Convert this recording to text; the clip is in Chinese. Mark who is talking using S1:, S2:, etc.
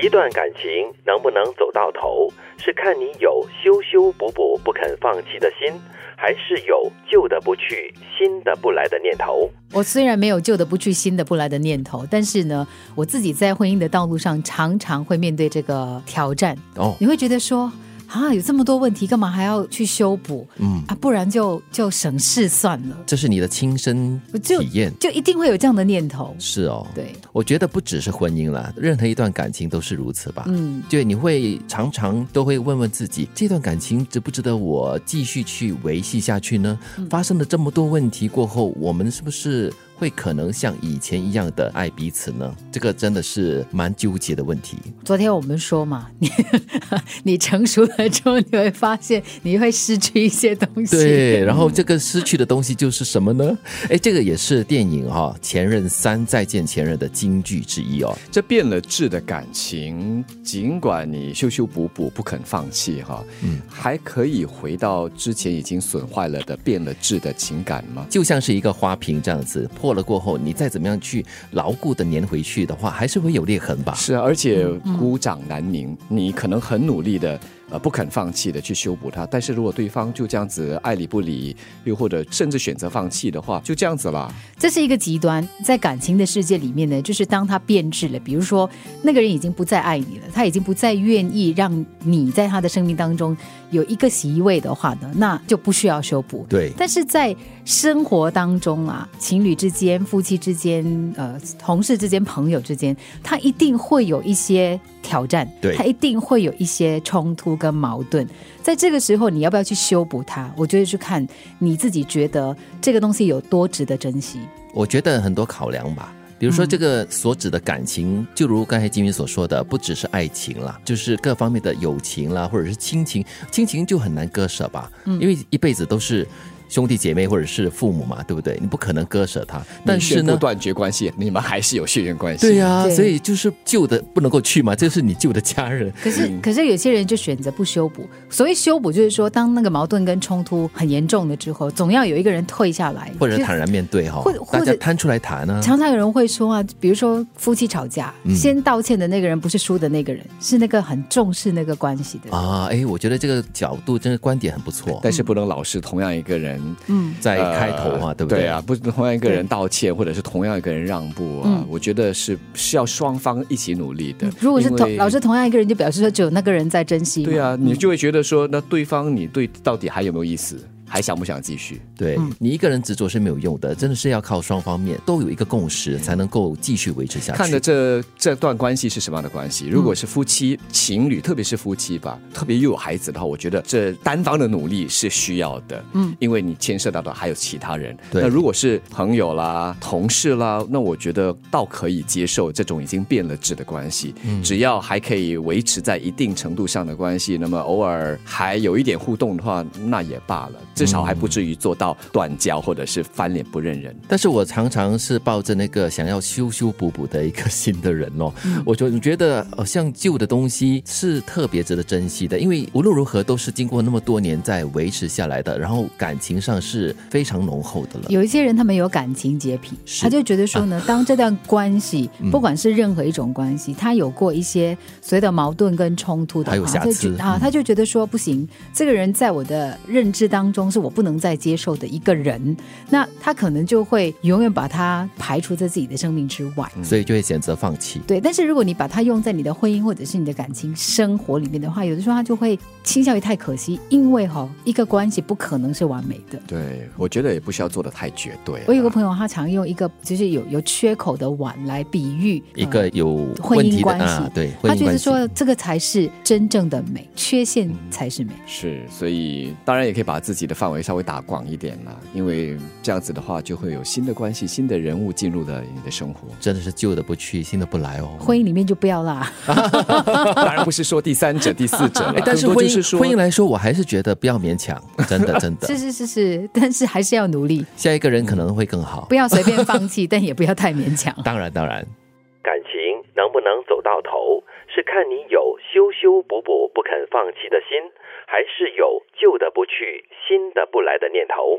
S1: 一段感情能不能走到头，是看你有修修补补不肯放弃的心，还是有旧的不去、新的不来的念头。
S2: 我虽然没有旧的不去、新的不来的念头，但是呢，我自己在婚姻的道路上常常会面对这个挑战。
S3: 哦，
S2: 你会觉得说。啊，有这么多问题，干嘛还要去修补？
S3: 嗯，
S2: 啊，不然就就省事算了。
S3: 这是你的亲身
S2: 我 就
S3: 体验，
S2: 就一定会有这样的念头。
S3: 是哦。
S2: 对，
S3: 我觉得不只是婚姻啦，任何一段感情都是如此吧。
S2: 嗯，
S3: 对，你会常常都会问问自己，这段感情值不值得我继续去维系下去呢？发生了这么多问题过后，我们是不是会可能像以前一样的爱彼此呢？这个真的是蛮纠结的问题。
S2: 昨天我们说嘛， 你你成熟了之后，你会发现你会失去一些东西。
S3: 对，然后这个失去的东西就是什么呢？哎，这个也是电影哈、前任三再见前任》的金句之一哦。
S4: 这变了质的感情，尽管你修修补补不肯放弃哈，嗯，还可以回到之前已经损坏了的变了质的情感吗？
S3: 就像是一个花瓶这样子，破了过后，你再怎么样去牢固的粘回去的话，还是会有裂痕吧？
S4: 是啊，而且
S3: 嗯
S4: 孤掌难鸣，你可能很努力的，呃，不肯放弃的去修补它，但是如果对方就这样子爱理不理，又或者甚至选择放弃的话，就这样子啦。
S2: 这是一个极端，在感情的世界里面呢，就是当他变质了，比如说那个人已经不再爱你了，他已经不再愿意让你在他的生命当中有一个席位的话呢，那就不需要修补。
S3: 对
S2: 但是在生活当中啊，情侣之间、夫妻之间、呃，同事之间、朋友之间，他一定会有一些挑战，
S3: 对
S2: 他一定会有一些冲突跟矛盾。在这个时候，你要不要去修补它？我觉得去看你自己觉得这个东西有多值得珍惜。
S3: 我觉得很多考量吧。比如说，这个所指的感情，就如刚才金云所说的，不只是爱情啦，就是各方面的友情啦，或者是亲情，亲情就很难割舍吧，因为一辈子都是兄弟姐妹或者是父母嘛，对不对？你不可能割舍他。但是
S4: 你宣
S3: 呢
S4: 布，断绝关系，你们还是有血缘关系。
S3: 对呀、
S2: 对
S3: 所以就是旧的不能够去嘛，这是你旧的家人，
S2: 可是，可是有些人就选择不修补。所谓修补，就是说，当那个矛盾跟冲突很严重了之后，总要有一个人退下来，
S3: 或者
S2: 就是
S3: 坦然面对哈、
S2: 或者或
S3: 大
S2: 者
S3: 家摊出来谈啊。
S2: 常常有人会说啊，比如说夫妻吵架，
S3: 嗯
S2: 先道歉的那个人不是输的那个人，是那个很重视那个关系的人。
S3: 啊，哎，我觉得这个角度，这个观点很不错。
S4: 但是不能老是同样一个人
S2: 嗯，
S3: 在开头啊，
S4: 呃
S3: 对不对？
S4: 啊，，不是同样一个人道歉，或者是同样一个人让步啊，
S2: 嗯
S4: 我觉得是是要双方一起努力
S3: 嗯
S4: 的。
S2: 如果是
S4: 因为
S2: 同老是同样一个人，就表示说只有那个人在珍惜。
S4: 对，啊，
S3: 嗯
S4: 你就会觉得说，那对方你对到底还有没有意思，还想不想继续？
S3: 对、
S2: 嗯
S3: 你一个人执着是没有用的，真的是要靠双方面都有一个共识，才能够继续维持下去。
S4: 看着这这段关系是什么样的关
S2: 嗯
S4: 系？如果是夫妻、情侣，特别是夫妻吧，特别又有孩子的话，我觉得这单方的努力是需要的。
S2: 嗯，
S4: 因为你牵涉到的还有其他人。
S3: 对
S4: 那如果是朋友啦、同事啦，那我觉得倒可以接受这种已经变了质的关系，
S2: 嗯
S4: 只要还可以维持在一定程度上的关系，那么偶尔还有一点互动的话，那也罢了，至少还不至于做到断交或者是翻脸不认人。
S2: 嗯
S3: 但是我常常是抱着那个想要修修补补的一个 心的人哦，
S2: 嗯
S3: 我就觉得好像旧的东西是特别值得珍惜的，因为无论如何都是经过那么多年在维持下来的，然后感情上是非常浓厚的了。
S2: 有一些人他们有感情洁癖，
S3: 是啊嗯
S2: 他就觉得说呢，当这段关 系，不管是任何一种关系，他有过一些所谓的矛盾跟冲突的
S3: 还有
S2: 话，
S3: 瑕
S2: 他就觉
S3: 疵
S2: 啊
S3: 嗯，
S2: 他就觉得说不行，这个人在我的认知当中是我不能再接受的一个人，那他可能就会永远把他排除在自己的生命之外。
S3: 所以就会选择放弃。
S2: 对，但是如果你把它用在你的婚姻或者是你的感情生活里面的话，有的时候它就会倾向于太可惜，因为哈、一个关系不可能是完美的。
S4: 对，我觉得也不需要做的太绝对啦。
S2: 我有
S3: 啊
S2: 个朋友，他常用一个就是有有缺口的碗来比喻
S3: 一个
S2: 呃
S3: 有
S2: 婚
S3: 问
S2: 姻
S3: 题的
S2: 关系
S3: 啊，对，婚
S2: 他
S3: 姻
S2: 觉得
S3: 关系。嗯。
S2: 说这个才是真正的美，缺陷才是美。
S4: 是，所以当然也可以把自己的范围稍微打广一点啦，因为这样子的话，就会有新的关系、新的人物进入到你的生活
S3: 真的是旧的不去，新的不来哦。
S2: 婚姻里面就不要啦，
S4: 当然不是说第三者、第四者了
S2: 啊
S3: 哎，，但是
S4: 更多
S3: 婚
S4: 就是
S3: 姻
S4: 说
S3: 婚姻来说，我还是觉得不要勉强，真的真
S2: 是
S3: 的，
S2: 是是是，但是还是要努力，
S3: 下一个人可能会更好
S2: 不。要随便放 弃，但也不要太勉强。
S3: 当然当然，
S1: 感情能不能走到头，是看你有修修补补不肯放弃的心，还是有旧的不去、新的不来的念头。